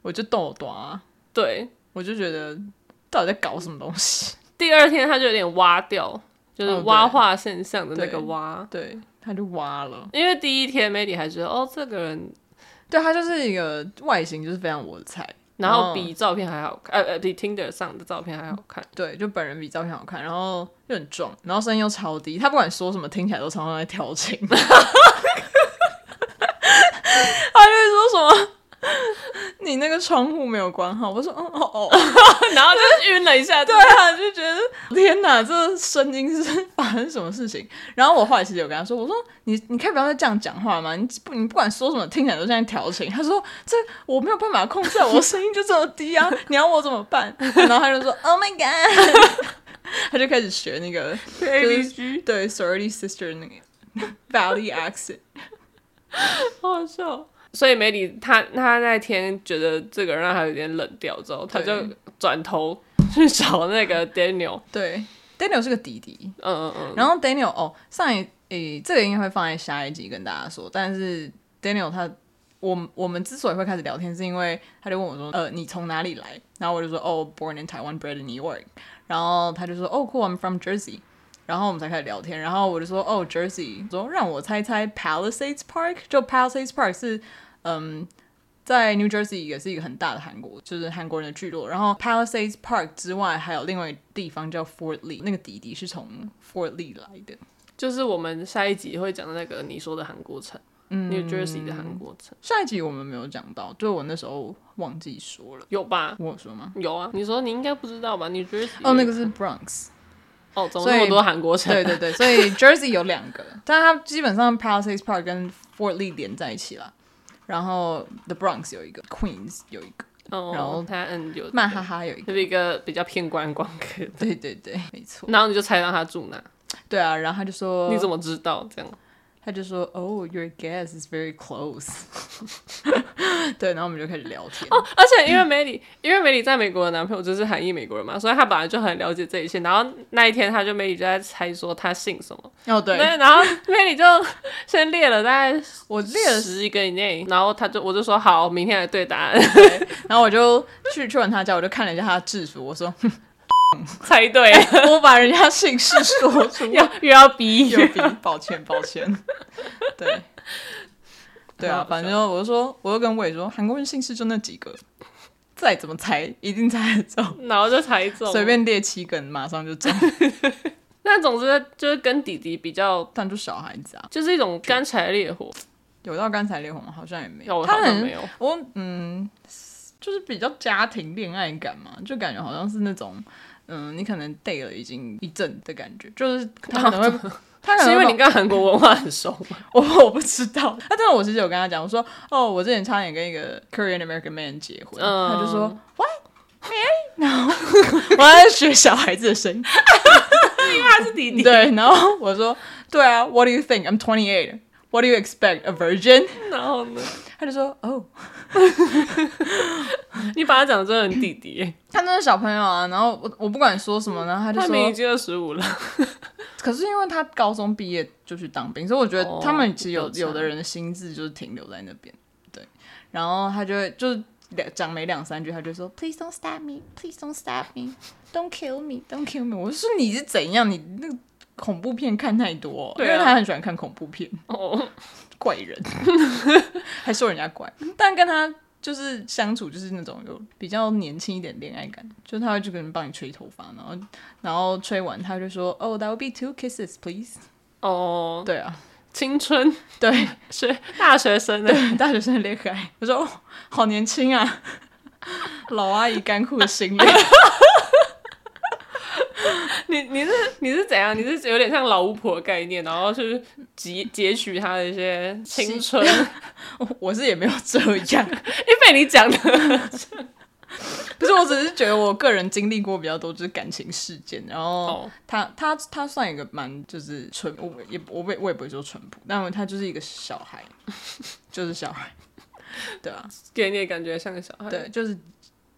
S2: 我就逗短啊，
S1: 对，
S2: 我就觉得到底在搞什么东西？
S1: 第二天他就有点挖掉，就是
S2: 哦对
S1: 挖化现象的那个
S2: 对
S1: 挖。
S2: 对，他就挖了。
S1: 因为第一天梅里还觉得哦这个人，
S2: 对，他就是一个外形就是非常我的菜。
S1: 然后
S2: 哦
S1: 比照片还好看，呃呃比 Tinder 上的照片还好看，
S2: 对，就本人比照片好看，然后又很壮，然后声音又超低，他不管说什么，听起来都常常在调情。 他就会说什么，你那个窗户没有关好，我说嗯哦哦，
S1: 然后就晕了一下。
S2: 对啊，就觉得天哪，这声音是发发生什么事情？然后我后来其实有跟他说，我说你你可以不要再这样讲话嘛，你不你不管说什么，听起来都像在调情。他说这我没有办法控制啊，我声音就这么低啊， 你要我怎么办？然后他就说 Oh my God，他 就开始学那个
S1: ，A
S2: 是
S1: B G，
S2: 对 sorority sister 那个 valley accent。
S1: 好好笑。所以梅里他他那天觉得这个人让他有点冷掉之后，他就
S2: 对
S1: 转头去找那个 Daniel，
S2: 对，Daniel 是个弟弟，
S1: 嗯嗯嗯，
S2: 然后 Daniel 哦，上一诶、这个应该会放在下一集跟大家说，但是 Daniel 他。我我们之所以会开始聊天，是因为他就问我说：“呃，你从哪里来？”然后我就说：“哦，born in Taiwan, bred in New York。”然后他就说：“哦，cool, I'm from Jersey。”然后我们才开始聊天。然后我就说：“哦，Jersey。”说让我猜猜 Palisades Park，就 Palisades Park 是嗯，在 New Jersey 也是一个很大的韩国，就是韩国人的聚落。然后 Palisades Park 之外，还有另外一个地方叫 Fort Lee，那个弟弟是从 Fort Lee 来的。
S1: 就是我们下一集会讲的那个你说的韩国城、n
S2: 嗯
S1: e w Jersey 的韩国城，
S2: 下一集我们没有讲到，就我那时候忘记说了，
S1: 有吧？
S2: 我有说吗？
S1: 有啊，你说你应该不知道吧？New Jersey
S2: 哦，那个是 Bronx，
S1: 哦，怎么
S2: 所以
S1: 那么多韩国城？
S2: 对对对，所以 Jersey 有两个，但它基本上 Palisades Park 跟 Fort Lee 连在一起了，然后 The Bronx 有一个，Queens 有一个，
S1: 哦，
S2: 然后
S1: 他嗯有
S2: 曼哈哈有一个，
S1: 就是一个比较偏观光 客的，
S2: 对对对，没错，
S1: 然后你就猜到他住哪？
S2: 对啊，然后他就说，
S1: 你怎么知道？这样
S2: 他就说：“Oh, your guess is very close 。” 对，然后我们就开始聊天。
S1: 哦，而且因为梅里，因为梅里在美国的男朋友就是韩裔美国人嘛，所以他本来就很了解这一切。然后那一天，他就梅里就在猜说他姓什么，
S2: 哦，对，
S1: 然后梅里就先列了大概
S2: 我列了，
S1: 十个以内，然后他就我就说好，明天来对答 案，
S2: 然后我就去去完他家，我就看了一下他的制服，我说
S1: 猜 对了，：“
S2: 我把人家姓氏说出
S1: 要又要逼
S2: 右鼻，抱歉，抱歉。” 对，对啊，反正我就说，我就跟伟说，韩国人姓氏就那几个，再怎么猜一定猜得中，
S1: 然后就猜中，
S2: 随。便列七个，马上就中。
S1: 那总之就是跟弟弟比较，
S2: 但就小孩子啊，
S1: 就是一种干柴烈火，
S2: 有到干柴烈火吗？好像也没
S1: 要我
S2: 他
S1: 好像
S2: 很
S1: 没有。
S2: 我嗯，就是比较家庭恋爱感嘛，就感觉好像是那种，嗯，你可能 date 了已经一阵的感觉，就是他可能会，他可能
S1: 是因为
S2: 会
S1: 你跟韩国文化 很熟吗？
S2: 我我不知道，他真的我其实有跟他讲，我说哦，我之前差点跟一个 Korean American man 结婚，
S1: 嗯
S2: 他就说 What？哎，然后我还在学小孩子的声音，
S1: 他是弟 弟，
S2: 对，然后我说对啊，What do you think? I'm twenty eight. What do you expect? A virgin？
S1: 然后呢，
S2: 他就说哦。
S1: 你把他讲的真的很弟弟耶，
S2: 他真的小朋友啊，然后我我不管说什么，然后 他就
S1: 他
S2: 说
S1: 明，已经二十五了，
S2: 可是因为他高中毕业就去当兵，所以我觉得
S1: 哦
S2: 他们其实有、
S1: 有差
S2: 有的人的心智就是停留在那边，对。然后他就会就是两讲没两三句，他就说
S3: Please don't stab me. Please don't stab me. Don't kill me.
S2: “Don't kill me”，我就说你是怎样？你那个恐怖片看太多、
S1: 对啊
S2: 因为他很喜欢看恐怖片，
S1: 哦，
S2: 怪人， 还说人家怪，但跟他。就是相处，就是那种有比较年轻一点恋爱感，就是他会就可能帮你吹头发，然后然后吹完他就说，哦、t h a t would be two kisses, please。
S1: 哦，
S2: 对啊，
S1: 青春
S2: 对
S1: 学大学生呢，
S2: 对，大学生的恋爱，我说哦，好年轻啊，老阿姨干枯的心灵，
S1: 你你是你是怎样？你是有点像老巫婆的概念，然后去截截取他的一些青春，
S2: 我是也没有这样，
S1: 因为被你讲的，
S2: 不是，我只是觉得我个人经历过比较多就是感情事件，然后
S1: 哦
S2: 他他他算一个蛮就是淳，我也我也我也不会说淳朴，但他就是一个小孩， 就是小孩，对啊，
S1: 给你的感觉像个小孩，
S2: 对，，就是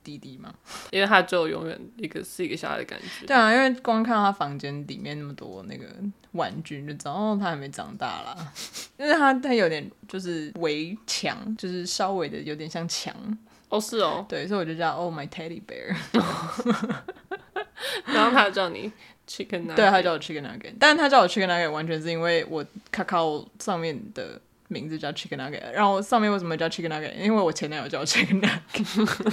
S2: 弟弟嘛，
S1: 因为他就永远一个是一个小孩的感觉，
S2: 对啊，因为光看到他房间里面那么多那个玩具，你就知道哦，他还没长大啦。因为他他有点就是围墙，就是稍微的有点像墙，
S1: 哦是哦，
S2: 对，所以我就叫 Oh my teddy bear，
S1: 然后他叫你 chicken，nugget
S2: 对，他叫我 chicken nugget，但是他叫我 chicken nugget 完全是因为我 Kakao 上面的名字叫 chicken nugget，然后上面为什么叫 chicken nugget？因为我前男友叫我 chicken nugget。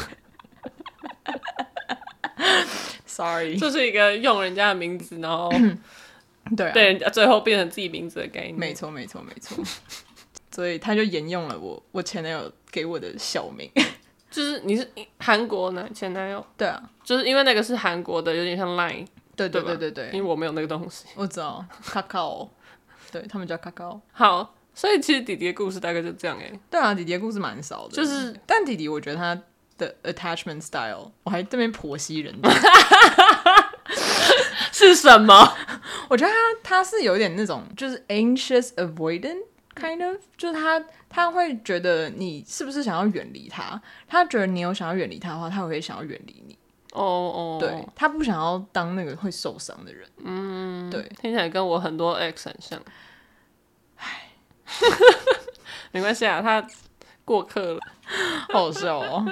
S2: Sorry，
S1: 就是一个用人家的名字，然后
S2: 对啊，
S1: 被人家最后变成自己名字的概念，
S2: 没错，没错，没错。所以他就沿用了我我前男友给我的小名。
S1: 就是你是韩国男前男友，
S2: 对啊，
S1: 就是因为那个是韩国的，有点像 Line，
S2: 对对
S1: 对吧
S2: 对对对，
S1: 因为我没有那个东西。
S2: 我知道 Kakao，对他们叫 Kakao。
S1: 好，所以其实弟弟的故事大概就这样哎、
S2: 对啊，弟弟的故事蛮少的，
S1: 就是
S2: 但弟弟我觉得他的 attachment style，我还这边婆媳人家，
S1: 是什么？
S2: 我觉得他他是有点那种就是 anxious avoidant。Kind of，就是他，他会觉得你是不是想要远离他？他觉得你有想要远离他的话，他会想要远离你。
S1: 哦哦，
S2: 对，他不想要当那个会受伤的人。嗯，对，
S1: 听起来跟我很多 X 很像。唉， 没关系啊，他过客了。
S2: 好好笑哦。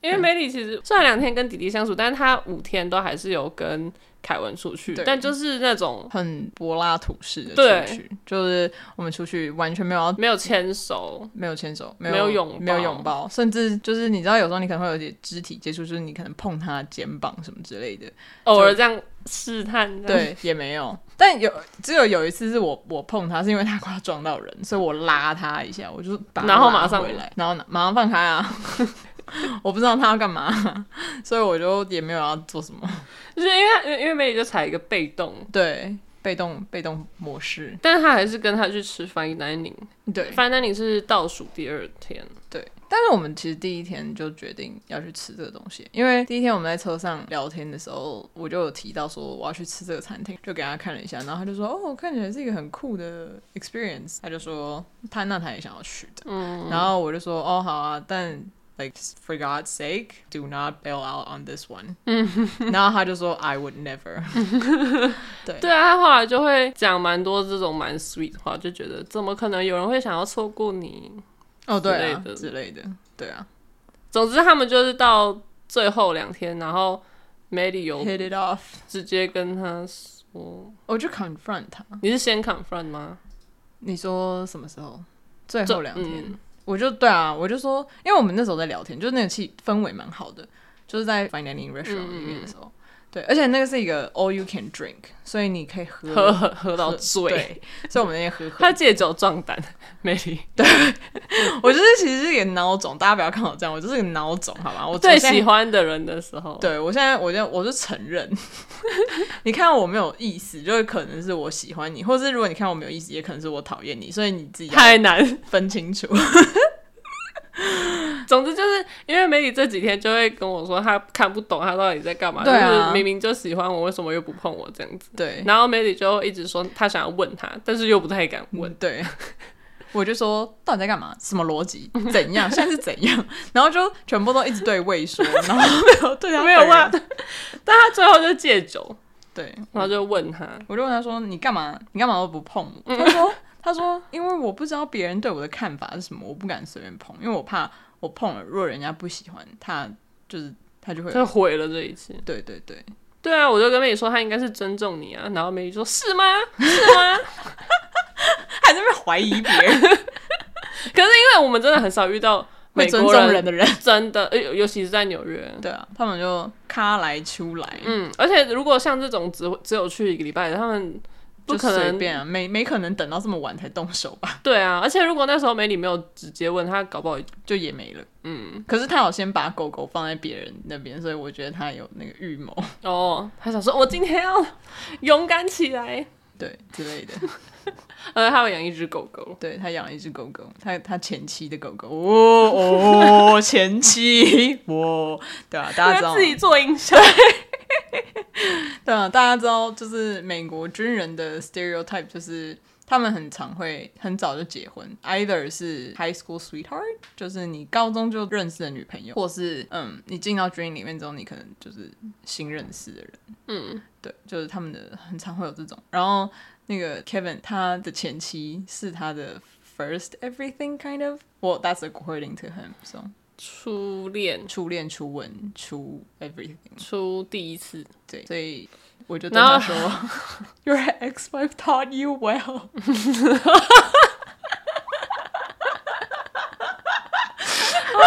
S1: 因为梅里其实虽然两天跟弟弟相处，但是他五天都还是有跟凯文出去
S2: 对，
S1: 但就是那种
S2: 很柏拉图式的
S1: 对
S2: 出去，就是我们出去完全没有要
S1: 没有牵手，
S2: 没有牵手，
S1: 没
S2: 有没
S1: 有拥抱
S2: 没有拥抱，甚至就是你知道，有时候你可能会有点肢体接触，就是你可能碰他的肩膀什么之类的，
S1: 偶尔这样试探。这样，
S2: 对，也没有。但有只有有一次是我我碰他，是因为他快要撞到人，所以我拉他一下，我就把他
S1: 然后
S2: 拉
S1: 马上
S2: 回来，然后马上放开啊。 我不知道他要干嘛，所以我就也没有要做什么。
S1: 就是因为他因为因为梅里就采一个被动，
S2: 对，被动被动模式，
S1: 但是他还是跟他去吃 fine dining。
S2: 对
S1: fine dining 是倒数第二天，
S2: 对，但是我们其实第一天就决定要去吃这个东西，因为第一天我们在车上聊天的时候，我就有提到说我要去吃这个餐厅，就给他看了一下，然后他就说哦，看起来是一个很酷的 experience，他就说他那他也想要去的，嗯，然后我就说哦好啊，但。Like for God's sake, do not bail out on this one. 然后他就说 I would never. 对
S1: 对啊，他后来就会讲蛮多这种蛮 sweet 的话，就觉得怎么可能有人会想要错过你？
S2: 哦，对啊
S1: 之类的
S2: 之类的，对啊
S1: 总之，他们就是到最后两天，然后梅里有
S2: ，hit it off.
S1: 直接跟他说
S2: 我就 confront 他。：“
S1: 你是先 confront 吗
S2: 你说什么时候？最？”后两天，
S1: 嗯
S2: 我就对啊，我就说，因为我们那时候在聊天，就是那个气氛围蛮好的，就是在 Fine Dining Restaurant 里面的时
S1: 嗯
S2: 候，对，而且那个是一个 All You Can Drink，所以你可以喝
S1: 喝喝喝到醉，
S2: 对，所以我们那天喝喝
S1: 他，借酒壮胆，梅里
S2: 我就是其实是一个孬种，大家不要看我这样，我就是个孬种，好吧？我
S1: 最
S2: 我现在
S1: 喜欢的人的时候，
S2: 对我现在，我就我就承认， 你看我没有意思，就是可能是我喜欢你，或是如果你看我没有意思，也可能是我讨厌你，所以你自己要
S1: 太难。
S2: 分清楚。
S1: 总之就是因为梅里这几天就会跟我说，他看不懂他到底在干嘛，
S2: 对啊
S1: 就是明明就喜欢我，为什么又不碰我这样子？
S2: 对，
S1: 然后梅里就一直说他想要问他，但是又不太敢问
S2: 嗯。对， 我就说到底在干嘛？什么逻辑？怎样？现在是怎样？然后就全部都一直对魏说，然后没有对他
S1: 没有
S2: 本人
S1: 问，但他最后就戒酒，
S2: 对，
S1: 然后就问他，
S2: 我就问他说：“你干嘛？你干嘛都不碰我？”他说：“他说，因为我不知道别人对我的看法是什么，我不敢随便碰，因为我怕我碰了，如果人家不喜欢他，就是他就会
S1: 就毁了这一切。
S2: 对对对，
S1: 对啊，我就跟梅里说他应该是尊重你啊，然后梅里说是吗？
S2: 还在那边怀疑别人
S1: 可是因为我们真的很少遇到
S2: 会
S1: 美
S2: 尊
S1: 国
S2: 重人的人。”
S1: 真的，呃尤尤其是在纽约。
S2: 对啊，他们就咖来出来，
S1: 嗯，而且如果像这种只只有去一个礼拜的，他们不
S2: 就
S1: 可
S2: 随
S1: 能。
S2: 便啊，没没可能等到这么晚才动手吧？
S1: 对啊，而且如果那时候梅里没有直接问他，搞不好
S2: 就也没了。嗯，可是他有先把狗狗放在别人那边，所以我觉得他有那个预谋，
S1: 哦，他想说我今天要勇敢起来。
S2: 对之类的。
S1: 呃，他有养一只狗狗，
S2: 对他养了一只狗狗，他他前妻的狗狗，哦哦，前妻， 哦，对啊，大家知道
S1: 自，己做营销。
S2: 对啊，大家知道，就是美国军人的 stereotype 就是。他们很常会很早就结婚，either 是 high school sweetheart，就是你高中就认识的女朋友，或是嗯，你进到军营里面之后，你可能就是新认识的人。
S1: 嗯，
S2: 对，就是他们的很常会有这种。然后那个 Kevin 他的前妻是他的 first everything kind of well that's according to him so
S1: 初恋，
S2: 初恋初吻初 everything
S1: 初第一次。
S2: 对，所以我就对
S1: 然后
S2: 他说 Your ex wife taught you well
S1: 哦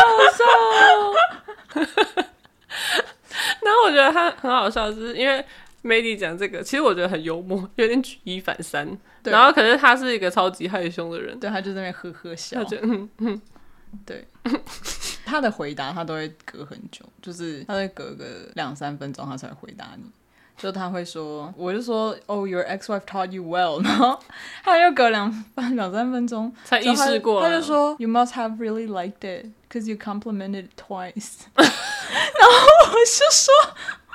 S1: 然后我觉得他很好笑，就是因为 Mandy 讲这个，其实我觉得很幽默，有点举一反三。
S2: 对
S1: 然后可是他是一个超级害羞的人，
S2: 对，他就在那边呵呵笑
S1: 他，就嗯
S2: 对。 他的回答他都会隔很久，就是他会隔个两三分钟，他才会回答你。就他会说，我就说，Oh, your ex-wife taught you well，然 后他又隔两分两三分钟
S1: 才意识过
S2: 然
S1: 来
S2: 后他，他就说，You must have really liked it, cause you complimented it twice。然后我就说，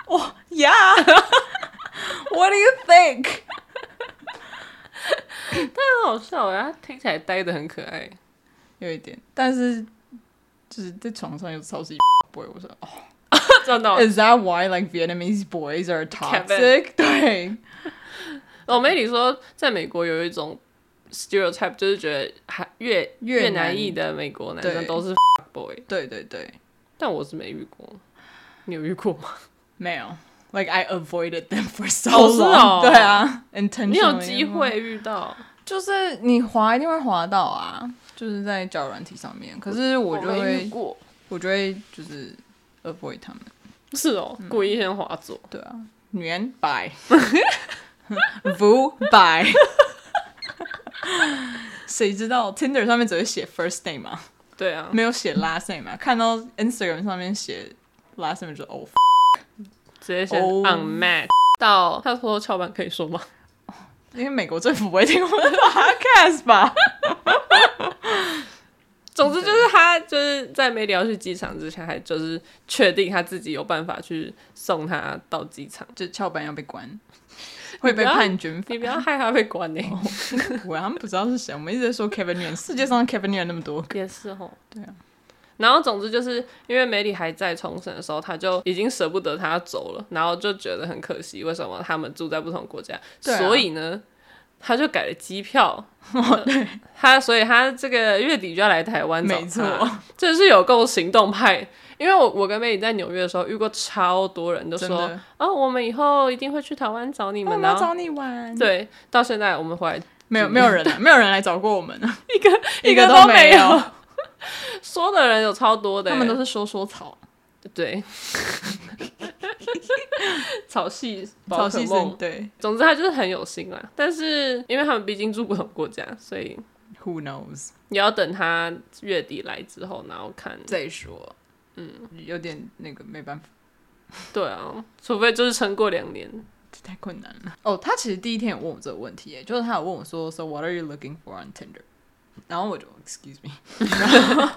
S2: 哦、oh,，Yeah，What do you think？
S1: 很好笑哎，他听起来呆的很可 爱。
S2: 有一点，但是就是在床上又超级 boy，我说哦、
S1: 真的哦，
S2: i s that why like Vietnamese boys are toxic？对，
S1: 我媒体哦说，在美国有一种 stereotype，就是觉得韩越
S2: 越
S1: 越
S2: 南
S1: 南裔的美国男生
S2: 对
S1: 都是 boy，
S2: 对对对，
S1: 但我是没遇过。你有遇过吗？
S2: 没有，like I avoided them for so
S1: 哦是
S2: long、
S1: 哦
S2: 对啊，intentionally。
S1: 你有机，会遇到？
S2: 就是你滑一定会滑到啊，就是在交友软体上面。可是我就
S1: 没遇
S2: 会，
S1: 过。
S2: 我就会就是 avoid 他们。
S1: 是哦，
S2: 嗯
S1: 故意先滑左。
S2: 对啊，女人 bye，不 bye。谁知道 Tinder 上面只会写 first name 啊，
S1: 对啊，
S2: 没有写 last name 啊。看到 Instagram 上面写 last name 就哦，
S1: 直接先
S2: 哦
S1: unmatch。到他说翘班可以说吗？
S2: 因为美国政府不会听我们的 podcast 吧？
S1: 总之就是他就是在没聊去机场之前，还就是确定他自己有办法去送他到机场。
S2: 就翘班要被关， 会
S1: 不
S2: 被
S1: 要
S2: 判军法
S1: 你。不要害他被关欸呢、
S2: 我他们不知道是谁，我们一直在说 Kevin Nguyen，世界上 Kevin Nguyen 那么多个，
S1: 也是哦。
S2: 对啊。
S1: 然后总之就是因为梅里还在冲绳的时候，他就已经舍不得他走了，然后就觉得很可惜，为什么他们住在不同国家？
S2: 对啊哦
S1: 所以呢，他就改了 机票。呃他所以他这个月底就要来台湾找他，
S2: 没错，
S1: 这是有够行动派。因为我我跟梅里在纽约的时候遇过超多人，都
S2: 真
S1: 说
S2: 的，
S1: 哦，我们以后一定会去台湾找你
S2: 我
S1: 们，
S2: 们
S1: 然
S2: 要
S1: 后
S2: 找你玩。，
S1: 对，到现在我们回来
S2: 没有没有人来，没有人来找过我们，啊
S1: 一个
S2: 一
S1: 个
S2: 个
S1: 都
S2: 都
S1: 没
S2: 没有，
S1: 说的人有超多的欸，
S2: 他们都是说说草，
S1: 对，草系宝
S2: 草
S1: 可
S2: 系生
S1: 梦，
S2: 对
S1: 总之他就是很有心啦。但是因为他们毕竟住不同国家，所以
S2: ，Who knows？
S1: 也要等他月底来之后，然后看。
S2: 再说，嗯，有点那个没办法，
S1: 对啊，除非就是撑过两年。
S2: 这太困难了。哦，他其实第一天有问我这个问题耶，欸就是他有问我说，So what are you looking for on Tinder？然后我就 Excuse me，然后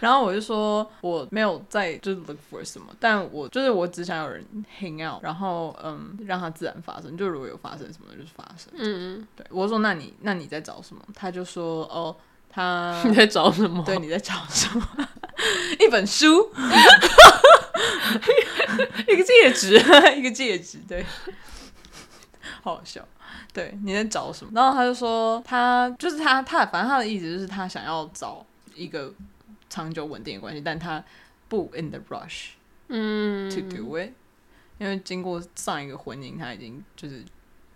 S2: 然后我就说我没有在就是 look for 什么，但我就是我只想有人 hang out，然后嗯让它自然发生，就如果有发生什么就是发生。
S1: 嗯，嗯，
S2: 对，我说那你那你在找什么？他就说哦 他
S1: 你在找什么？
S2: 对，你在找什么？一本书，
S1: 一个戒指。
S2: 一个戒指，对，好好笑。对，你在找什么？然后他就说，他就是他，他反正他的意思就是他想要找一个长久稳定的关系，但他不 in the rush
S1: 嗯
S2: to do it，、因为经过上一个婚姻，他已经就是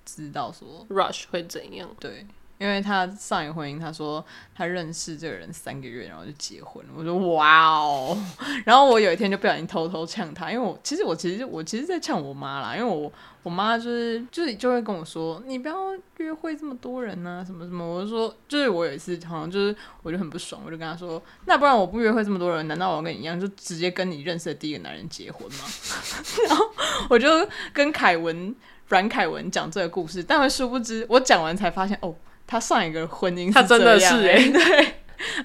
S2: 知道说，
S1: ，rush 会怎样？
S2: 对，因为他上一个婚姻，他说他认识这个人三个月，然后就结婚了。我说哇哦， 然后我有一天就不小心偷偷呛他，因为我其实我其实我其实在呛我妈啦，因为我我妈就是就是就会跟我说，你不要约会这么多人呐、什么什么。我就说，就是我有一次好像就是我就很不爽，我就跟她说，那不然我不约会这么多人，难道我要跟你一样，就直接跟你认识的第一个男人结婚吗？ 然后我就跟凯文。阮凯文讲这个故事，但殊不知我讲完才发现，哦，他上一个婚姻
S1: 他真的
S2: 这样
S1: 是
S2: 欸
S1: 欸
S2: 对，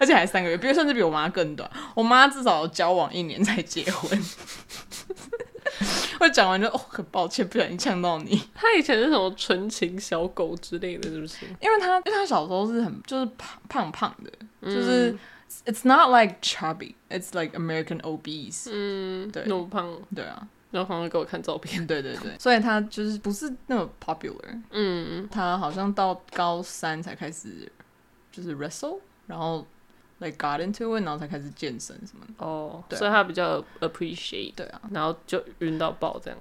S2: 而且还三个月，比如甚至比我妈更短。我妈至少交往一年才结婚。 我讲完就哦，很抱歉，不小心呛到你，
S1: 他以前是什么纯情小狗之类的，是不是？
S2: 因为他因为他小时候是很就是胖胖胖的，就是、it's not like chubby, it's like American obese、
S1: 嗯，
S2: 对
S1: 那么胖，
S2: 对啊，
S1: 然后好像给我看照片。
S2: 对对对，所以他就是不是那么 popular，
S1: 嗯，
S2: 他好像到高三才开始就是 wrestle，然后 like got into it，然后才开始健身什么的。
S1: 哦，
S2: 对啊
S1: 所以他比较 appreciate，
S2: 对啊，
S1: 然后就晕到爆这样。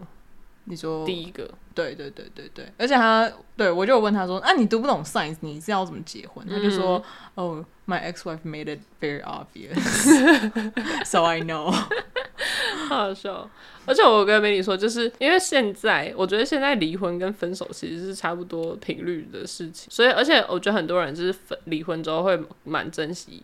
S2: 你说
S1: 第一个，
S2: 对对对对对，而且他对我就有问他说，啊，你读不懂 science，你是要怎么结婚？他就说，哦、m y ex-wife made it very obvious，so I know
S1: 好好笑。而且我跟美女说，就是因为现在，我觉得现在离婚跟分手其实是差不多频率的事情，所以而且我觉得很多人就是分离婚之后会蛮珍惜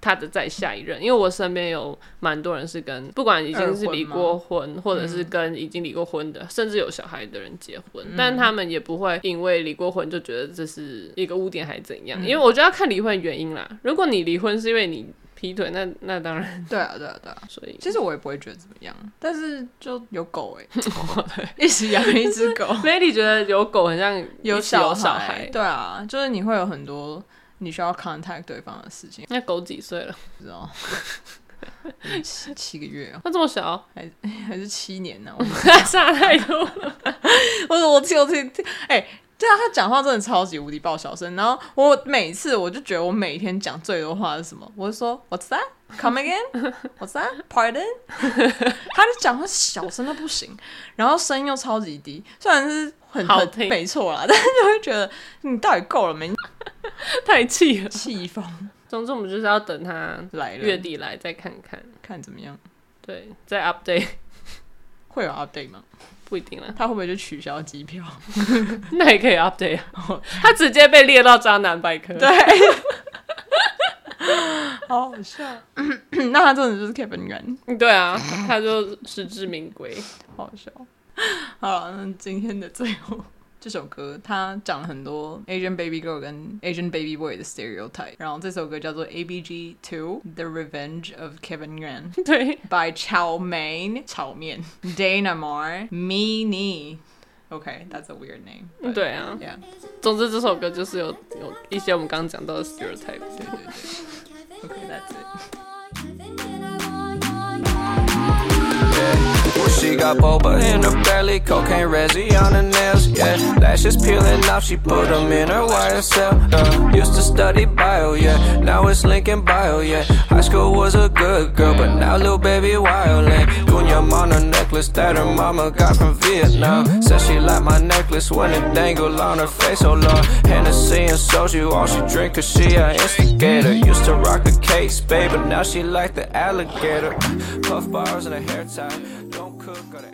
S1: 他的再下一任，因为我身边有蛮多人是跟不管已经是离过婚，或者是跟已经离过婚的，甚至有小孩的人结婚，但他们也不会因为离过婚就觉得这是一个污点还怎样，因为我觉得要看离婚原因啦。如果你离婚是因为你劈腿，那那当然，
S2: 对啊，对啊，对啊。
S1: 所以
S2: 其实我也不会觉得怎么样，但是就有狗哎、 一直养一只狗，
S1: Melly 觉得有狗很像
S2: 有
S1: 小
S2: 小
S1: 孩，
S2: 对啊，就是你会有很多你需要 contact 对方的事情，
S1: 那狗几岁了？
S2: 不知 道七七个月哦
S1: 它这么 小，
S2: 还是七年呢、我
S1: 差太多了。
S2: 我我听我听，哎、对啊，他讲话真的超级无敌爆小声。然后我每次我就觉得我每天讲最多话是什么？我就说 What's that? Come again? What's that? Pardon? 他就讲话小声到不行，然后声音又超级低，虽然是很
S1: 好
S2: 很
S1: 听
S2: 没错啦，但是就会觉得你到底够了没？
S1: 太气了。
S2: 气风
S1: 总之，我们就是要等他
S2: 来了，
S1: 月底来再看看，
S2: 看怎么样？
S1: 对，再 update
S2: 会有 update 吗？
S1: 不一定了，
S2: 他会不会就取消机票？
S1: 那也可以 update 啊。他直接被列到渣男百科，对，
S2: 好好笑， 那他真的就是 Kevin 人，
S1: 对啊，他就实至名归。
S2: 好笑。 好了，那今天的最后这首歌，它讲了很多 Asian Baby Girl 跟 Asian Baby Boy 的 stereotype，然后这首歌叫做 ABG Two: The Revenge of Kevin Yuan
S1: 对，
S2: by Chow Mein 炒面 Dana Mar Mini。Okay, that's a weird name. but
S1: Mm, 对啊。
S2: Yeah.
S1: 总之，这首歌就是有有一些我们刚刚讲到的 stereotype。
S2: 对对对。Okay, that's it.
S4: Well, she got boba in her belly, cocaine resi on her nails, yeah. Lashes peeling off, she put them in her wire cell. Uh, used to study bio, yeah. Now it's Lincoln bio, yeah. High school was a good girl, but now little baby wildin'. Doing your mama necklace that her mama got from Vietnam. Said she liked my necklace when it dangled on her face, oh lord. Hennessy and soju, all she drink 'cause she a instigator. Used to rock the cakes, babe, but now she like the alligator. Puff bars and a hair tie. Don't cook on a